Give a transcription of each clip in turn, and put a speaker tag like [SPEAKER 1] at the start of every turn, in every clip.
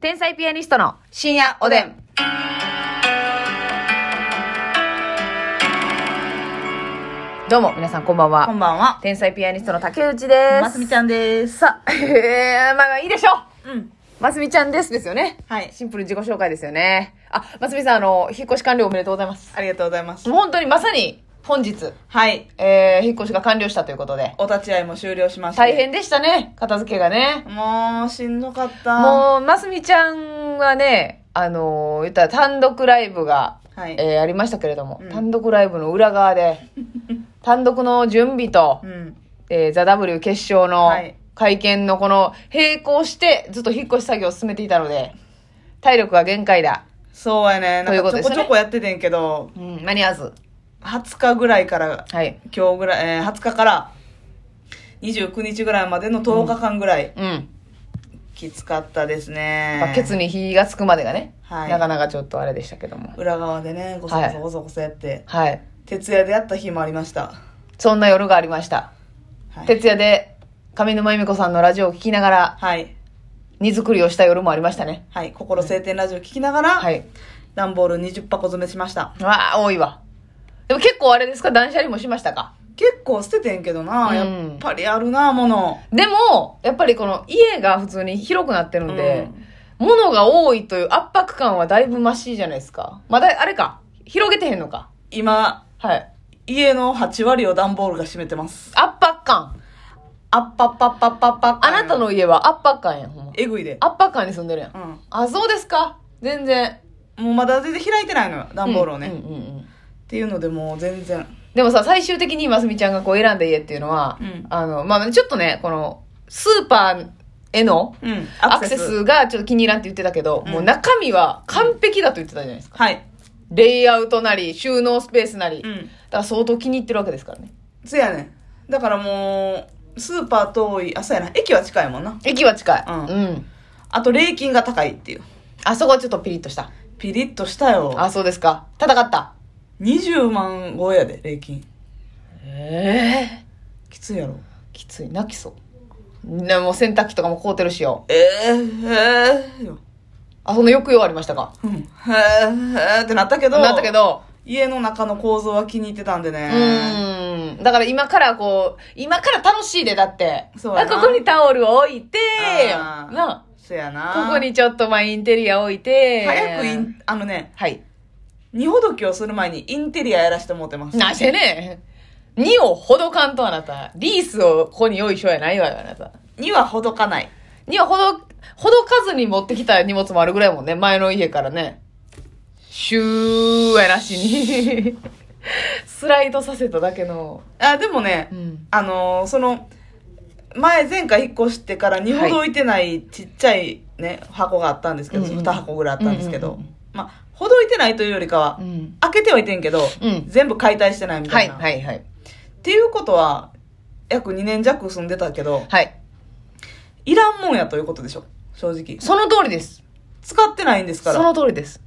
[SPEAKER 1] 天才ピアニストの
[SPEAKER 2] 深夜おでん。
[SPEAKER 1] どうも皆さんこんばん
[SPEAKER 2] こん
[SPEAKER 1] は
[SPEAKER 2] ばんは。
[SPEAKER 1] 天才ピアニストの竹内です
[SPEAKER 2] ますみちゃんです。
[SPEAKER 1] さあ えー、まあいいでしょ
[SPEAKER 2] うん。
[SPEAKER 1] うますみちゃんですですよね
[SPEAKER 2] はい。
[SPEAKER 1] シンプル自己紹介ですよねあますみさんあの引っ越し完了おめでとうございます
[SPEAKER 2] ありがとうございます
[SPEAKER 1] も。う本当にまさに本日
[SPEAKER 2] はい。
[SPEAKER 1] えー、引っ越しが完了したということで
[SPEAKER 2] お立ち会いも終了しました。
[SPEAKER 1] 大。変でしたね片付けがね
[SPEAKER 2] もう、しんどかった。
[SPEAKER 1] もうますみちゃんはねあのー言ったら単独ライブが
[SPEAKER 2] はい。
[SPEAKER 1] えーありましたけれども、
[SPEAKER 2] うん
[SPEAKER 1] 単独ライブの裏側 で単独の準備と、
[SPEAKER 2] うん。
[SPEAKER 1] えー、ザ・ W 決勝の
[SPEAKER 2] はい
[SPEAKER 1] 会見のこの並行してずっと引っ越し作業を進めていたので体力は限界だ、
[SPEAKER 2] そうやね。
[SPEAKER 1] と
[SPEAKER 2] ない
[SPEAKER 1] うんこ
[SPEAKER 2] か
[SPEAKER 1] と
[SPEAKER 2] ち
[SPEAKER 1] です
[SPEAKER 2] ょこ
[SPEAKER 1] ね
[SPEAKER 2] ちょこやっててんけど、
[SPEAKER 1] うん、間に合わず
[SPEAKER 2] 20日ぐらいから、
[SPEAKER 1] はい
[SPEAKER 2] 今日ぐらい、えー、20日から、29日ぐらいまでの10日間ぐらい、
[SPEAKER 1] うん、
[SPEAKER 2] きつかったですね。
[SPEAKER 1] まあ、ケツに火がつくまでがね、
[SPEAKER 2] はい
[SPEAKER 1] なかなかちょっとあれでしたけども
[SPEAKER 2] 裏側でね、ごそごそごそごそやって、
[SPEAKER 1] はい
[SPEAKER 2] 徹夜でやった日もありました。
[SPEAKER 1] そんな夜がありました、
[SPEAKER 2] はい。
[SPEAKER 1] 徹夜で上沼恵美子さんのラジオを聞きながら
[SPEAKER 2] はい。
[SPEAKER 1] 荷造りをした夜もありましたね
[SPEAKER 2] はい。心晴天ラジオ聞きながら、
[SPEAKER 1] はい
[SPEAKER 2] 段ボール20箱詰めしました。
[SPEAKER 1] わあ多いわでも結構あれですか断捨離もしましたか
[SPEAKER 2] 結構捨ててんけどな、
[SPEAKER 1] うん
[SPEAKER 2] やっぱりあるな、もの。
[SPEAKER 1] でも、やっぱりこの家が普通に広くなってるんで、物が多いという圧迫感はだいぶマシじゃないですか。まだ、あれか。広げてへんのか。
[SPEAKER 2] 今、
[SPEAKER 1] はい。
[SPEAKER 2] 家の8割を段ボールが占めてます。
[SPEAKER 1] 圧迫感。
[SPEAKER 2] あっぱっぱっぱっぱっぱっぱ
[SPEAKER 1] あなたの家は圧迫感やん、ほんま。
[SPEAKER 2] えぐいで。
[SPEAKER 1] 圧迫感に住んでるやん。
[SPEAKER 2] う
[SPEAKER 1] あ、そうですか。全然。
[SPEAKER 2] ん。もうまだ全然開いてないのよ、段ボールをね。
[SPEAKER 1] うんう
[SPEAKER 2] っ
[SPEAKER 1] んうんうん
[SPEAKER 2] ていうので、もう全然。
[SPEAKER 1] でもさ、最終的にますみちゃんがこう選んだ家っていうのは、
[SPEAKER 2] うん
[SPEAKER 1] あの、まあ、ちょっとね、この、スーパーへの
[SPEAKER 2] うん。
[SPEAKER 1] アクセスがちょっと気に入らんって言ってたけど、
[SPEAKER 2] うん
[SPEAKER 1] もう中身は完璧だと言ってたじゃないですか。
[SPEAKER 2] はい。
[SPEAKER 1] レイアウトなり、収納スペースなり。
[SPEAKER 2] う
[SPEAKER 1] だか
[SPEAKER 2] ん。
[SPEAKER 1] ら相当気に入ってるわけですからね。
[SPEAKER 2] そやねん。だからもう、スーパー遠い、あ、そうやな、駅は近いもんな。
[SPEAKER 1] 駅は近い。
[SPEAKER 2] うん
[SPEAKER 1] うん。
[SPEAKER 2] あと、礼金が高いっていう。
[SPEAKER 1] あそこはちょっとピリッとした。
[SPEAKER 2] ピリッとしたよ。
[SPEAKER 1] あ、そうですか。戦った。
[SPEAKER 2] 20万超えやで、礼金。
[SPEAKER 1] ええ
[SPEAKER 2] きついやろ。
[SPEAKER 1] きつい。泣きそう。ね、もう洗濯機とかも凍ってるしよ。
[SPEAKER 2] えー、えー、よ。
[SPEAKER 1] あ、その抑揚ありましたか
[SPEAKER 2] うん。へー、へーってなったけど、
[SPEAKER 1] なったけど、
[SPEAKER 2] 家の中の構造は気に入ってたんで
[SPEAKER 1] う
[SPEAKER 2] ね。
[SPEAKER 1] ーん。だから今からこう、今から楽しいで、だって。
[SPEAKER 2] そうやな
[SPEAKER 1] あここにタオルを置いて、
[SPEAKER 2] あー
[SPEAKER 1] な。
[SPEAKER 2] そやな。
[SPEAKER 1] ここにちょっとまあインテリア置いて。
[SPEAKER 2] 早くイン、あのね、
[SPEAKER 1] はい。
[SPEAKER 2] 荷ほどきをする前にインテリアやらしてもうてます。
[SPEAKER 1] なしてねえ。2をほどかんとあなた。リースをここに用意しようやないわよ、あなた。
[SPEAKER 2] にはほどかない。
[SPEAKER 1] 2はほど、ほどかずに持ってきた荷物もあるぐらいもんね。前の家からね。シューやなし に。スライドさせただけの。
[SPEAKER 2] あ、でもね、
[SPEAKER 1] うん。
[SPEAKER 2] あのーその、前、前回引っ越してから荷ほど置いてないちっちゃいね、箱があったんですけど、
[SPEAKER 1] うんうん
[SPEAKER 2] 2箱ぐらいあったんですけ
[SPEAKER 1] う
[SPEAKER 2] ど、
[SPEAKER 1] んうんうん
[SPEAKER 2] まあ、ほどいてないというよりかは、
[SPEAKER 1] うん。
[SPEAKER 2] 開けてはいてんけど、
[SPEAKER 1] うん
[SPEAKER 2] 全部解体してないみ
[SPEAKER 1] は
[SPEAKER 2] た
[SPEAKER 1] い、
[SPEAKER 2] いな。
[SPEAKER 1] はい、はい。
[SPEAKER 2] っていうことは、約2年弱住んでたけど、
[SPEAKER 1] はい。
[SPEAKER 2] いらんもんやということでしょ正直
[SPEAKER 1] その通りです。
[SPEAKER 2] 使ってないんですか
[SPEAKER 1] そ
[SPEAKER 2] ら
[SPEAKER 1] の通りです。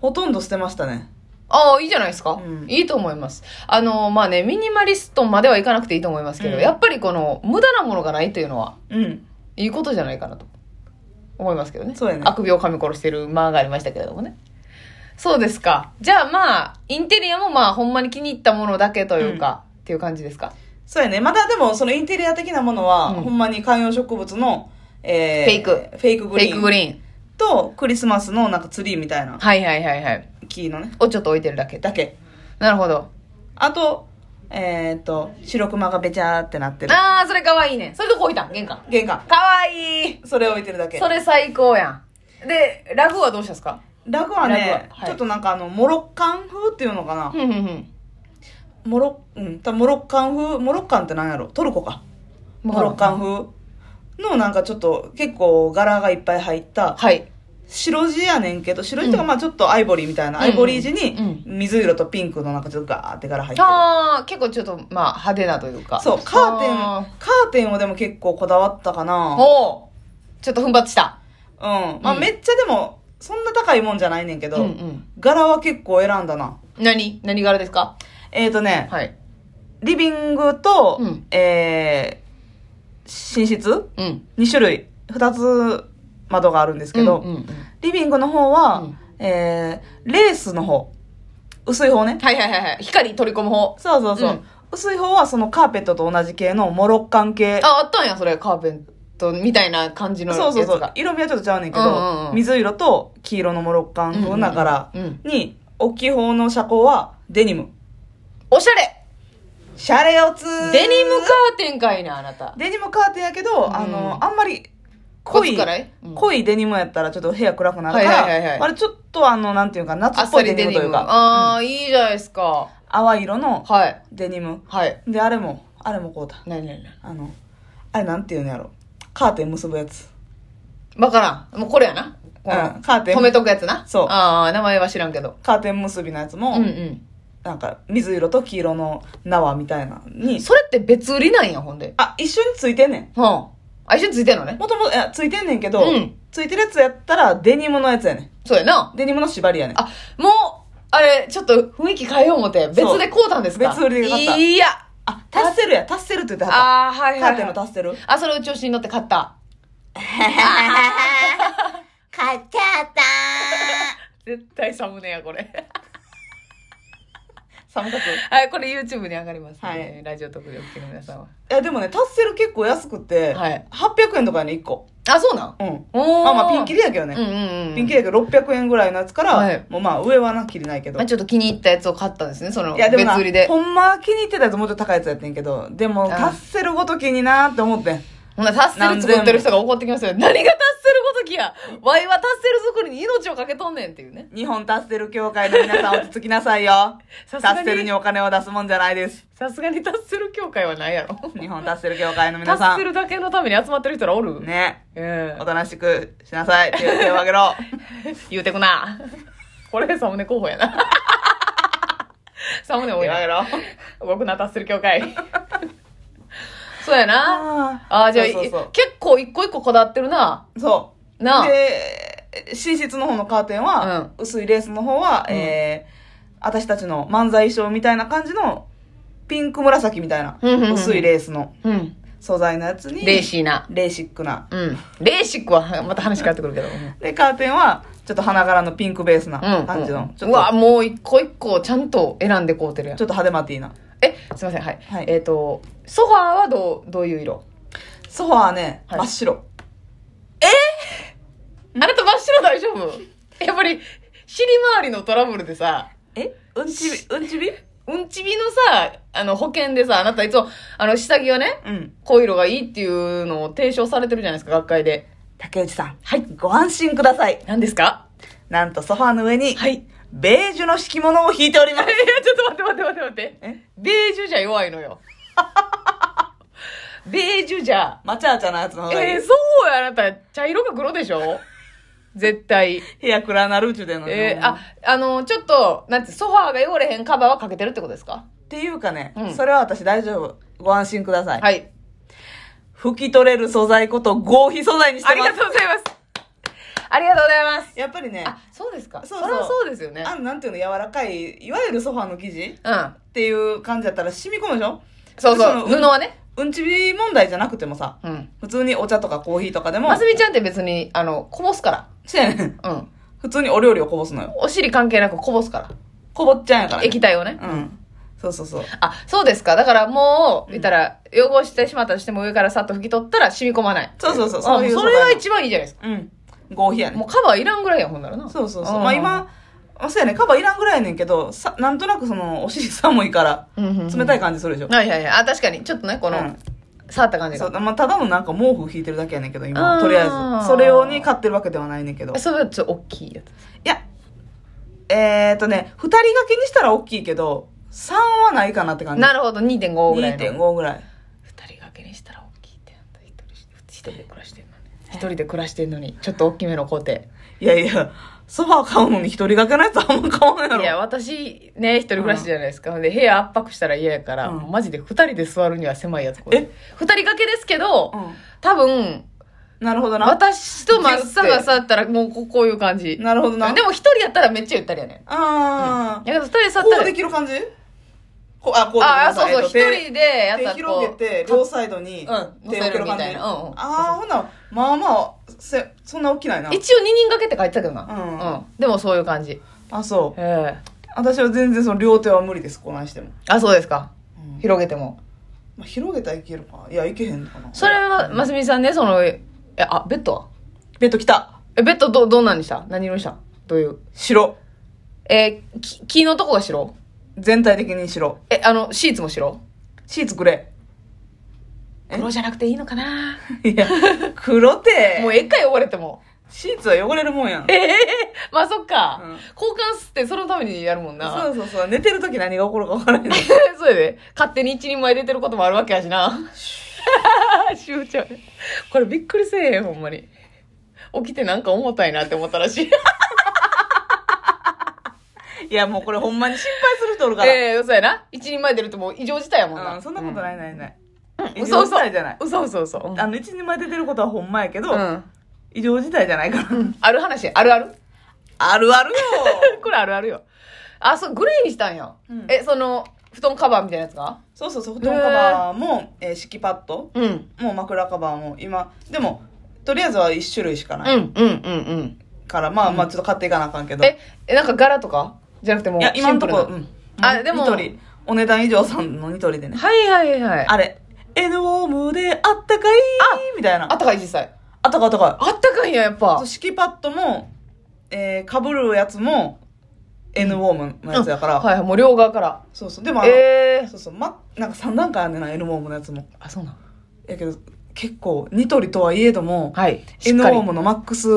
[SPEAKER 2] ほとんど捨てましたね
[SPEAKER 1] ああ、いいじゃないですか、
[SPEAKER 2] うん
[SPEAKER 1] いいと思います。あの、まあね、ミニマリストまではいかなくていいと思いますけど、
[SPEAKER 2] うん
[SPEAKER 1] やっぱりこの、無駄なものがないというのは、
[SPEAKER 2] うん
[SPEAKER 1] いいことじゃないかなと思いますけどね。
[SPEAKER 2] そうやね
[SPEAKER 1] 悪病を噛み殺してる間がありましたけれどもね。そうですか。じゃあまあ、インテリアもまあ、ほんまに気に入ったものだけというか、っていう感じですか。
[SPEAKER 2] そうやねまだでもそのインテリア的なものは、
[SPEAKER 1] うん
[SPEAKER 2] ほんまに観葉植物の、えー
[SPEAKER 1] フェイク
[SPEAKER 2] フェイク
[SPEAKER 1] フ
[SPEAKER 2] グ
[SPEAKER 1] ェ
[SPEAKER 2] リーン
[SPEAKER 1] イクグリーン。
[SPEAKER 2] とクリスマスのなんかツリーみたいな
[SPEAKER 1] はいはいはいはい。
[SPEAKER 2] 木のね
[SPEAKER 1] をちょっと置いてるだけ。
[SPEAKER 2] だけ
[SPEAKER 1] なるほど。
[SPEAKER 2] あとえっ、ー、と白熊がべちゃーってなってる
[SPEAKER 1] あー、それかわいいね。それどこ置いたん玄関。
[SPEAKER 2] 玄関
[SPEAKER 1] かわいい。
[SPEAKER 2] それ置いてるだけ
[SPEAKER 1] それ最高やん。で、ラグはどうしたんですか
[SPEAKER 2] ラグはね
[SPEAKER 1] ラグははい
[SPEAKER 2] ちょっとなんかあのモロッカン風っていうのかな、
[SPEAKER 1] ふんふんふん。
[SPEAKER 2] モロうん多分モロッカン風モロッカンってなんやろトルコかモロッカン風のなんかちょっと結構柄がいっぱい入った
[SPEAKER 1] はい。
[SPEAKER 2] 白地やねんけど白地とか
[SPEAKER 1] うん
[SPEAKER 2] まあちょっとアイボリーみたいな、
[SPEAKER 1] うん
[SPEAKER 2] アイボリー地に
[SPEAKER 1] うん
[SPEAKER 2] 水色とピンクのなんかちょっとガーって柄入ってる
[SPEAKER 1] あー、結構ちょっとまあ、派手なというか。
[SPEAKER 2] そうカーテン
[SPEAKER 1] あ
[SPEAKER 2] カーテンをでも結構こだわったか
[SPEAKER 1] ー
[SPEAKER 2] な
[SPEAKER 1] おーちょっと踏ん張ってした。
[SPEAKER 2] うんま
[SPEAKER 1] う
[SPEAKER 2] あ
[SPEAKER 1] ん
[SPEAKER 2] めっちゃでもそんな高いもんじゃないねんけ
[SPEAKER 1] う
[SPEAKER 2] ど、柄は結構選んだな
[SPEAKER 1] 何何柄ですか
[SPEAKER 2] えっ、ー、とね
[SPEAKER 1] はい。
[SPEAKER 2] リビングと、
[SPEAKER 1] うん
[SPEAKER 2] えー、寝室
[SPEAKER 1] うん。
[SPEAKER 2] 2種類2つ窓があるんですけど、
[SPEAKER 1] うんうんうん
[SPEAKER 2] リビングの方は、
[SPEAKER 1] うん
[SPEAKER 2] えー、レースの方。薄い方ね。
[SPEAKER 1] はいはいはいはい。光取り込む方。
[SPEAKER 2] そうそうそう。
[SPEAKER 1] うん
[SPEAKER 2] 薄い方はそのカーペットと同じ系のモロッカン系。
[SPEAKER 1] あ、あったんや、それ。カーペットみたいな感じのやつ
[SPEAKER 2] そ
[SPEAKER 1] が。
[SPEAKER 2] うそうそう。色味はちょっとちゃうねんけど、
[SPEAKER 1] うんうんうん
[SPEAKER 2] 水色と黄色のモロッカン風だから、
[SPEAKER 1] うんうん
[SPEAKER 2] に、大きい方の車高はデニム。
[SPEAKER 1] おしゃれ
[SPEAKER 2] シャレオツー
[SPEAKER 1] デニムカーテンかいな、あなた。
[SPEAKER 2] デニムカーテンやけど、
[SPEAKER 1] ん
[SPEAKER 2] あの、あんまり濃
[SPEAKER 1] コ
[SPEAKER 2] い
[SPEAKER 1] ツからいうん
[SPEAKER 2] 濃いデニムやったらちょっと部屋暗くなるから、
[SPEAKER 1] はいはいはいはい
[SPEAKER 2] あれちょっとあの、なんていうか、夏
[SPEAKER 1] あっ
[SPEAKER 2] っぽ
[SPEAKER 1] さ
[SPEAKER 2] いデ
[SPEAKER 1] り
[SPEAKER 2] ニ
[SPEAKER 1] デ
[SPEAKER 2] ム
[SPEAKER 1] ニ
[SPEAKER 2] とい
[SPEAKER 1] ム。
[SPEAKER 2] うか、
[SPEAKER 1] ああ、いいじゃないですか。
[SPEAKER 2] 淡い色の
[SPEAKER 1] はい。
[SPEAKER 2] デニム。
[SPEAKER 1] はい。
[SPEAKER 2] で、あれも、あれもこうだ。
[SPEAKER 1] なになになに
[SPEAKER 2] あの、あれなんていうのやろ。カーテン結ぶやつ。
[SPEAKER 1] わからん。もうこれやな。この
[SPEAKER 2] うんカーテン
[SPEAKER 1] 止めとくやつな。
[SPEAKER 2] そう
[SPEAKER 1] ああ、名前は知らんけど。
[SPEAKER 2] カーテン結びのやつも、
[SPEAKER 1] うんうん。
[SPEAKER 2] なんか、水色と黄色の縄みたいなのに、
[SPEAKER 1] それって別売りなんや、ほんで。
[SPEAKER 2] あ、一緒についてんねん。
[SPEAKER 1] うん。あ、一緒についてんのね。
[SPEAKER 2] もともと、いやついてんねんけど、
[SPEAKER 1] うん
[SPEAKER 2] ついてるやつやったらデニムのやつやね
[SPEAKER 1] そうやな。
[SPEAKER 2] ん。デニムの縛りやねん。
[SPEAKER 1] あ、もう、あれ、ちょっと雰囲気変えよう思って、別で買うたんですか
[SPEAKER 2] 別売りで買った
[SPEAKER 1] いや。
[SPEAKER 2] あ、タッセルや、タッセルって言ってはっ
[SPEAKER 1] ああ、はいは
[SPEAKER 2] た。
[SPEAKER 1] い、はい。
[SPEAKER 2] カーテンのタッセル。
[SPEAKER 1] あ、それを調子に乗って買った。
[SPEAKER 2] 買っちゃった
[SPEAKER 1] 絶対サムネや、これ。
[SPEAKER 2] 寒かった。い
[SPEAKER 1] はい、これ YouTube に上がります、ね。
[SPEAKER 2] はい
[SPEAKER 1] ラジオ特でお聞きの皆さんは。
[SPEAKER 2] や、でもね、タッセル結構安くて、
[SPEAKER 1] はい
[SPEAKER 2] 800円とかやねん、1個。
[SPEAKER 1] あ、そうなん
[SPEAKER 2] うん。
[SPEAKER 1] おー
[SPEAKER 2] まあまあ、ピンキリやけどね。
[SPEAKER 1] うんうんうん。
[SPEAKER 2] ピンキリやけど、600円ぐらいのやつから、
[SPEAKER 1] はい
[SPEAKER 2] もうまあ、上はな、きりないけど
[SPEAKER 1] まあ、。ちょっと気に入ったやつを買ったんですね、その、
[SPEAKER 2] いや、
[SPEAKER 1] 別
[SPEAKER 2] でもな
[SPEAKER 1] 売りで。
[SPEAKER 2] ほんまは気に入ってたやつもうちょっと高いやつやってんけど、でも、
[SPEAKER 1] ん
[SPEAKER 2] タッセルごときになーって思ってん。
[SPEAKER 1] ほんならタッセル作ってる人が怒ってきますよ。何がタッセルごときやワイはタッセル作りに命をかけとんねんっていうね。
[SPEAKER 2] 日本タッセル協会の皆さん落ち着きなさいよ。タ
[SPEAKER 1] さすがに
[SPEAKER 2] ッセルにお金を出すもんじゃない です。
[SPEAKER 1] さすがにタッセル協会はないやろ。
[SPEAKER 2] 日本タッセル協会の
[SPEAKER 1] タ
[SPEAKER 2] 皆さ
[SPEAKER 1] ッセル
[SPEAKER 2] ん。
[SPEAKER 1] だけのために集まってる人らおる、
[SPEAKER 2] ね。
[SPEAKER 1] ええ
[SPEAKER 2] おとなしくしなさい。手を手を挙 げろ。
[SPEAKER 1] 言うてくな。これサムネ候補やな。 サムネ
[SPEAKER 2] 手を
[SPEAKER 1] 多い
[SPEAKER 2] 挙げ
[SPEAKER 1] な。
[SPEAKER 2] ろ。
[SPEAKER 1] 動くな、タッセル協会。 そうやな。ああ、じゃあ、
[SPEAKER 2] そうそうそう
[SPEAKER 1] 結構一個一個こだわってるな。
[SPEAKER 2] そう。
[SPEAKER 1] なあ
[SPEAKER 2] で、寝室の方のカーテンは、薄いレースの方は、
[SPEAKER 1] うん
[SPEAKER 2] えー、私たちの漫才衣装みたいな感じの、ピンク紫みたいな、
[SPEAKER 1] うんうんうん
[SPEAKER 2] 薄いレースの
[SPEAKER 1] うん。
[SPEAKER 2] 素材のやつに、
[SPEAKER 1] レーシーな。
[SPEAKER 2] レーシックな。
[SPEAKER 1] うん。レーシックは、また話変わってくるけど。うん
[SPEAKER 2] で、カーテンは、ちょっと花柄のピンクベースな
[SPEAKER 1] うん。
[SPEAKER 2] 感じの、ちょ
[SPEAKER 1] う
[SPEAKER 2] っ
[SPEAKER 1] わ、
[SPEAKER 2] と、
[SPEAKER 1] もう一個一個ちゃんと選んでこうてるやん
[SPEAKER 2] ちょ。っと派手マティーな。
[SPEAKER 1] え、すいません、はい。
[SPEAKER 2] はい
[SPEAKER 1] えっ、と、ソファーはどう、どういう色
[SPEAKER 2] ソファーはね、
[SPEAKER 1] はい
[SPEAKER 2] 真っ白。
[SPEAKER 1] あなた真っ白大丈夫 やっぱり、尻周りのトラブルでさ、
[SPEAKER 2] えうんちび、うんちび
[SPEAKER 1] うんちびのさ、あの、保険でさ、あなたいつも、あの、下着はね、
[SPEAKER 2] うん。
[SPEAKER 1] こういう色がいいっていうのを提唱されてるじゃないですか、学会で。
[SPEAKER 2] 竹内さん。はい。ご安心ください。
[SPEAKER 1] 何ですか
[SPEAKER 2] なんとソファーの上に、
[SPEAKER 1] はい。いや、
[SPEAKER 2] ベージュの敷物を引いております。
[SPEAKER 1] ちょっと待って待って待って待って。
[SPEAKER 2] え
[SPEAKER 1] ベージュじゃ弱いのよ。ベージュじゃ。
[SPEAKER 2] マチャーチャなやつの方がいい。
[SPEAKER 1] えー、そうや、あなた、茶色か黒でし ょ絶対。
[SPEAKER 2] 部屋暗なるうちゅうてんのに
[SPEAKER 1] えーあ、あの、ちょっと、なんて、ソファーが汚れへんカバーはかけてるってことですか
[SPEAKER 2] っていうかね、
[SPEAKER 1] うん
[SPEAKER 2] それは私大丈夫。ご安心ください。
[SPEAKER 1] はい。
[SPEAKER 2] 拭き取れる素材こと合皮素材にし
[SPEAKER 1] あ
[SPEAKER 2] て
[SPEAKER 1] り
[SPEAKER 2] ま
[SPEAKER 1] が
[SPEAKER 2] す。
[SPEAKER 1] とうございます。ありがとうございます。
[SPEAKER 2] やっぱりね、
[SPEAKER 1] あ、そうですか。そ
[SPEAKER 2] そ
[SPEAKER 1] うう
[SPEAKER 2] そう
[SPEAKER 1] そりゃそうですよね。
[SPEAKER 2] あんなんていうの柔らかい、いわゆるソファーの生地
[SPEAKER 1] うん。
[SPEAKER 2] っていう感じだったら染み込むでしょ
[SPEAKER 1] そう
[SPEAKER 2] そ
[SPEAKER 1] そう。
[SPEAKER 2] の
[SPEAKER 1] 布はね。
[SPEAKER 2] うんちび問題じゃなくてもさ、
[SPEAKER 1] うん。
[SPEAKER 2] 普通にお茶とかコーヒーとかでも、
[SPEAKER 1] ますみちゃんって別に、あの、こぼすか
[SPEAKER 2] そうやねん
[SPEAKER 1] ら。うん。
[SPEAKER 2] 普通にお料理をこぼすのよ。
[SPEAKER 1] お尻関係なくこぼすか。
[SPEAKER 2] こぼっちゃうんやからら、
[SPEAKER 1] 液体をね。
[SPEAKER 2] うん。そうそうそう。
[SPEAKER 1] あ、そうですか。だからもう、言ったら、汚してしまったとしても上からさっと拭き取ったら染み込まない。
[SPEAKER 2] そうそうそう
[SPEAKER 1] あ
[SPEAKER 2] そう
[SPEAKER 1] も
[SPEAKER 2] いうう
[SPEAKER 1] そ
[SPEAKER 2] 素
[SPEAKER 1] れ
[SPEAKER 2] 材
[SPEAKER 1] が一番いいじゃないですか。
[SPEAKER 2] うん。合皮やねん
[SPEAKER 1] もうカバーいらんぐらいや、ほんならな。
[SPEAKER 2] そうそうそう。
[SPEAKER 1] ん
[SPEAKER 2] まあ今、あそうやね、カバーいらんぐらいやねんけど、さ、なんとなくその、お尻寒いから、
[SPEAKER 1] うんうんうん
[SPEAKER 2] 冷たい感じするでしょ。
[SPEAKER 1] はいはいはい。あ、確かに。ちょっとね、この、
[SPEAKER 2] うん
[SPEAKER 1] 触った感じ
[SPEAKER 2] そう、
[SPEAKER 1] が。
[SPEAKER 2] まあただのなんか毛布引いてるだけやねんけど、今
[SPEAKER 1] あ
[SPEAKER 2] は、
[SPEAKER 1] ー
[SPEAKER 2] とりあえず。それ用に買ってるわけではないねんけど。い
[SPEAKER 1] それはちょっと大きいやつ。
[SPEAKER 2] や、えーとね、二人掛けにしたら大きいけど、3はないかなって感じ。
[SPEAKER 1] なるほど、2.5ぐらいの。
[SPEAKER 2] 2.5ぐらい。
[SPEAKER 1] 二人掛けにしたら大きいってあんた一人し一人で暮らしてんのに一人で暮らしてんのにちょっと大きめの工程い
[SPEAKER 2] いやいや、ソファー買うのに一人掛けのやつあんま買わんやろ。
[SPEAKER 1] や私ね一人暮らしじゃないですか、ほんで部屋圧迫したら嫌やから、
[SPEAKER 2] うん
[SPEAKER 1] マジで二人で座るには狭いやつこれ
[SPEAKER 2] え
[SPEAKER 1] 二人掛けですけど、
[SPEAKER 2] うん
[SPEAKER 1] 多分
[SPEAKER 2] なるほどな。
[SPEAKER 1] 私と真っさが座ったらもうここういう感じ
[SPEAKER 2] なるほどな。
[SPEAKER 1] でも一人やったらめっちゃゆったりやねん
[SPEAKER 2] あ
[SPEAKER 1] だけど二人で座
[SPEAKER 2] あ、
[SPEAKER 1] った
[SPEAKER 2] こう
[SPEAKER 1] ら
[SPEAKER 2] できる感じこあ、こう
[SPEAKER 1] ああ、そうそう、一
[SPEAKER 2] 手
[SPEAKER 1] 人でやった
[SPEAKER 2] 手
[SPEAKER 1] ら
[SPEAKER 2] 広げて、両サイドに
[SPEAKER 1] うん乗
[SPEAKER 2] 手を広げ
[SPEAKER 1] せるみた
[SPEAKER 2] て。
[SPEAKER 1] いなうんうん
[SPEAKER 2] ああ、ほな、まあまあ、せそんな大きないな。
[SPEAKER 1] 一応二人掛けって書いてたけどな。
[SPEAKER 2] うん
[SPEAKER 1] うん。でもそういう感じ。
[SPEAKER 2] あ、そう。
[SPEAKER 1] ええ
[SPEAKER 2] 私は全然その両手は無理です、こないしても。
[SPEAKER 1] あ、そうですか。
[SPEAKER 2] うん
[SPEAKER 1] 広げても。
[SPEAKER 2] まあ、広げたらいけるか。いや、いけへんのかな。
[SPEAKER 1] それは、ますみさんね、その、え、あ、ベッドは
[SPEAKER 2] ベッド来た。
[SPEAKER 1] え、ベッドど、どんなんにした何色にしたどういう。
[SPEAKER 2] 白。
[SPEAKER 1] えーき、木のとこが白
[SPEAKER 2] 全体的に白。
[SPEAKER 1] え、あの、シーツも白
[SPEAKER 2] シーツくれ。え
[SPEAKER 1] 黒じゃなくていいのかない
[SPEAKER 2] や、黒て。
[SPEAKER 1] もうええか汚れても。
[SPEAKER 2] シーツは汚れるもんやん。
[SPEAKER 1] ええまあそっか。
[SPEAKER 2] うん
[SPEAKER 1] 交換すってそのためにやるもん
[SPEAKER 2] そ
[SPEAKER 1] な。
[SPEAKER 2] うそうそう。寝てる時何が起こるか分からへんの。
[SPEAKER 1] そうやで。勝手に一人前出てることもあるわけやし な。しゅうちゃん。これびっくりせえへん、ほんまに。起きてなんか重たいなって思ったら しい。
[SPEAKER 2] いや、もうこれほんまに心配する人おるから。
[SPEAKER 1] ええそうやな。一人前出るともう異常事態やもんな。
[SPEAKER 2] うん、そんなこと
[SPEAKER 1] い。
[SPEAKER 2] ないないない。
[SPEAKER 1] うん
[SPEAKER 2] 異常事態じゃない。
[SPEAKER 1] 嘘嘘嘘。うん
[SPEAKER 2] あの、一人前出てることはほんまやけど、
[SPEAKER 1] うん。
[SPEAKER 2] 異常事態じゃないから。
[SPEAKER 1] ある話、あるある
[SPEAKER 2] あるあるよ
[SPEAKER 1] これあるあるよ。あ、そう、グレーにしたんや。
[SPEAKER 2] うん
[SPEAKER 1] え、その、布団カバーみたいなやつが
[SPEAKER 2] そうそうそう、布団カバーも、えー敷きパッド
[SPEAKER 1] うん。うん、
[SPEAKER 2] もう枕カバーも今、でも、とりあえずは一種類しか
[SPEAKER 1] う
[SPEAKER 2] ない
[SPEAKER 1] ん、うん、うん。
[SPEAKER 2] から、まあまあちょっと買っていかなあかんけど。
[SPEAKER 1] え、えなんか柄とかじゃなくてもう
[SPEAKER 2] い
[SPEAKER 1] シン
[SPEAKER 2] や、
[SPEAKER 1] プルな。
[SPEAKER 2] 今んとこ、うん。
[SPEAKER 1] あでも
[SPEAKER 2] ニトリ。お値段以上さんのニトリでね。
[SPEAKER 1] はいはいはい。あ
[SPEAKER 2] あれ、エヌウォームであったかいみたいな。
[SPEAKER 1] ったかい実際。
[SPEAKER 2] あったかいあったかい。
[SPEAKER 1] あったかいんや、やっ
[SPEAKER 2] そ
[SPEAKER 1] ぱ
[SPEAKER 2] う。敷きパッドも、えー、かぶるやつも、N ウォームのやつやから、
[SPEAKER 1] はいはい、もう両側から。
[SPEAKER 2] そうそう。でもあの、
[SPEAKER 1] ええー。
[SPEAKER 2] そうそう、ま、なんか3段階あんねんな、N ウォームのやつも。
[SPEAKER 1] あ、そうなん。
[SPEAKER 2] やけど、結構、ニトリとはいえども、
[SPEAKER 1] はい。しっ
[SPEAKER 2] N ウ
[SPEAKER 1] か
[SPEAKER 2] ォ
[SPEAKER 1] り
[SPEAKER 2] ームのマックス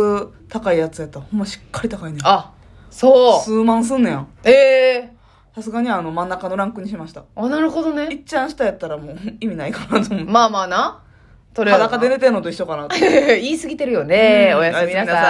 [SPEAKER 2] 高いやつやったら、ほんましっかり高いねん。
[SPEAKER 1] あ、そう。
[SPEAKER 2] 数万すんねん。
[SPEAKER 1] ええ
[SPEAKER 2] さすがにあの真ん中のランクにしました。
[SPEAKER 1] ー。あ、なるほど
[SPEAKER 2] い
[SPEAKER 1] ね。
[SPEAKER 2] っちゃん下やったらもう意味ないかなと思う。
[SPEAKER 1] まあまあな。とりあえずな。
[SPEAKER 2] 裸で寝てんのと一緒かなと。
[SPEAKER 1] 言い過ぎてるよね。
[SPEAKER 2] うん
[SPEAKER 1] おやすみな
[SPEAKER 2] おやすみな
[SPEAKER 1] さ
[SPEAKER 2] さ
[SPEAKER 1] い
[SPEAKER 2] い。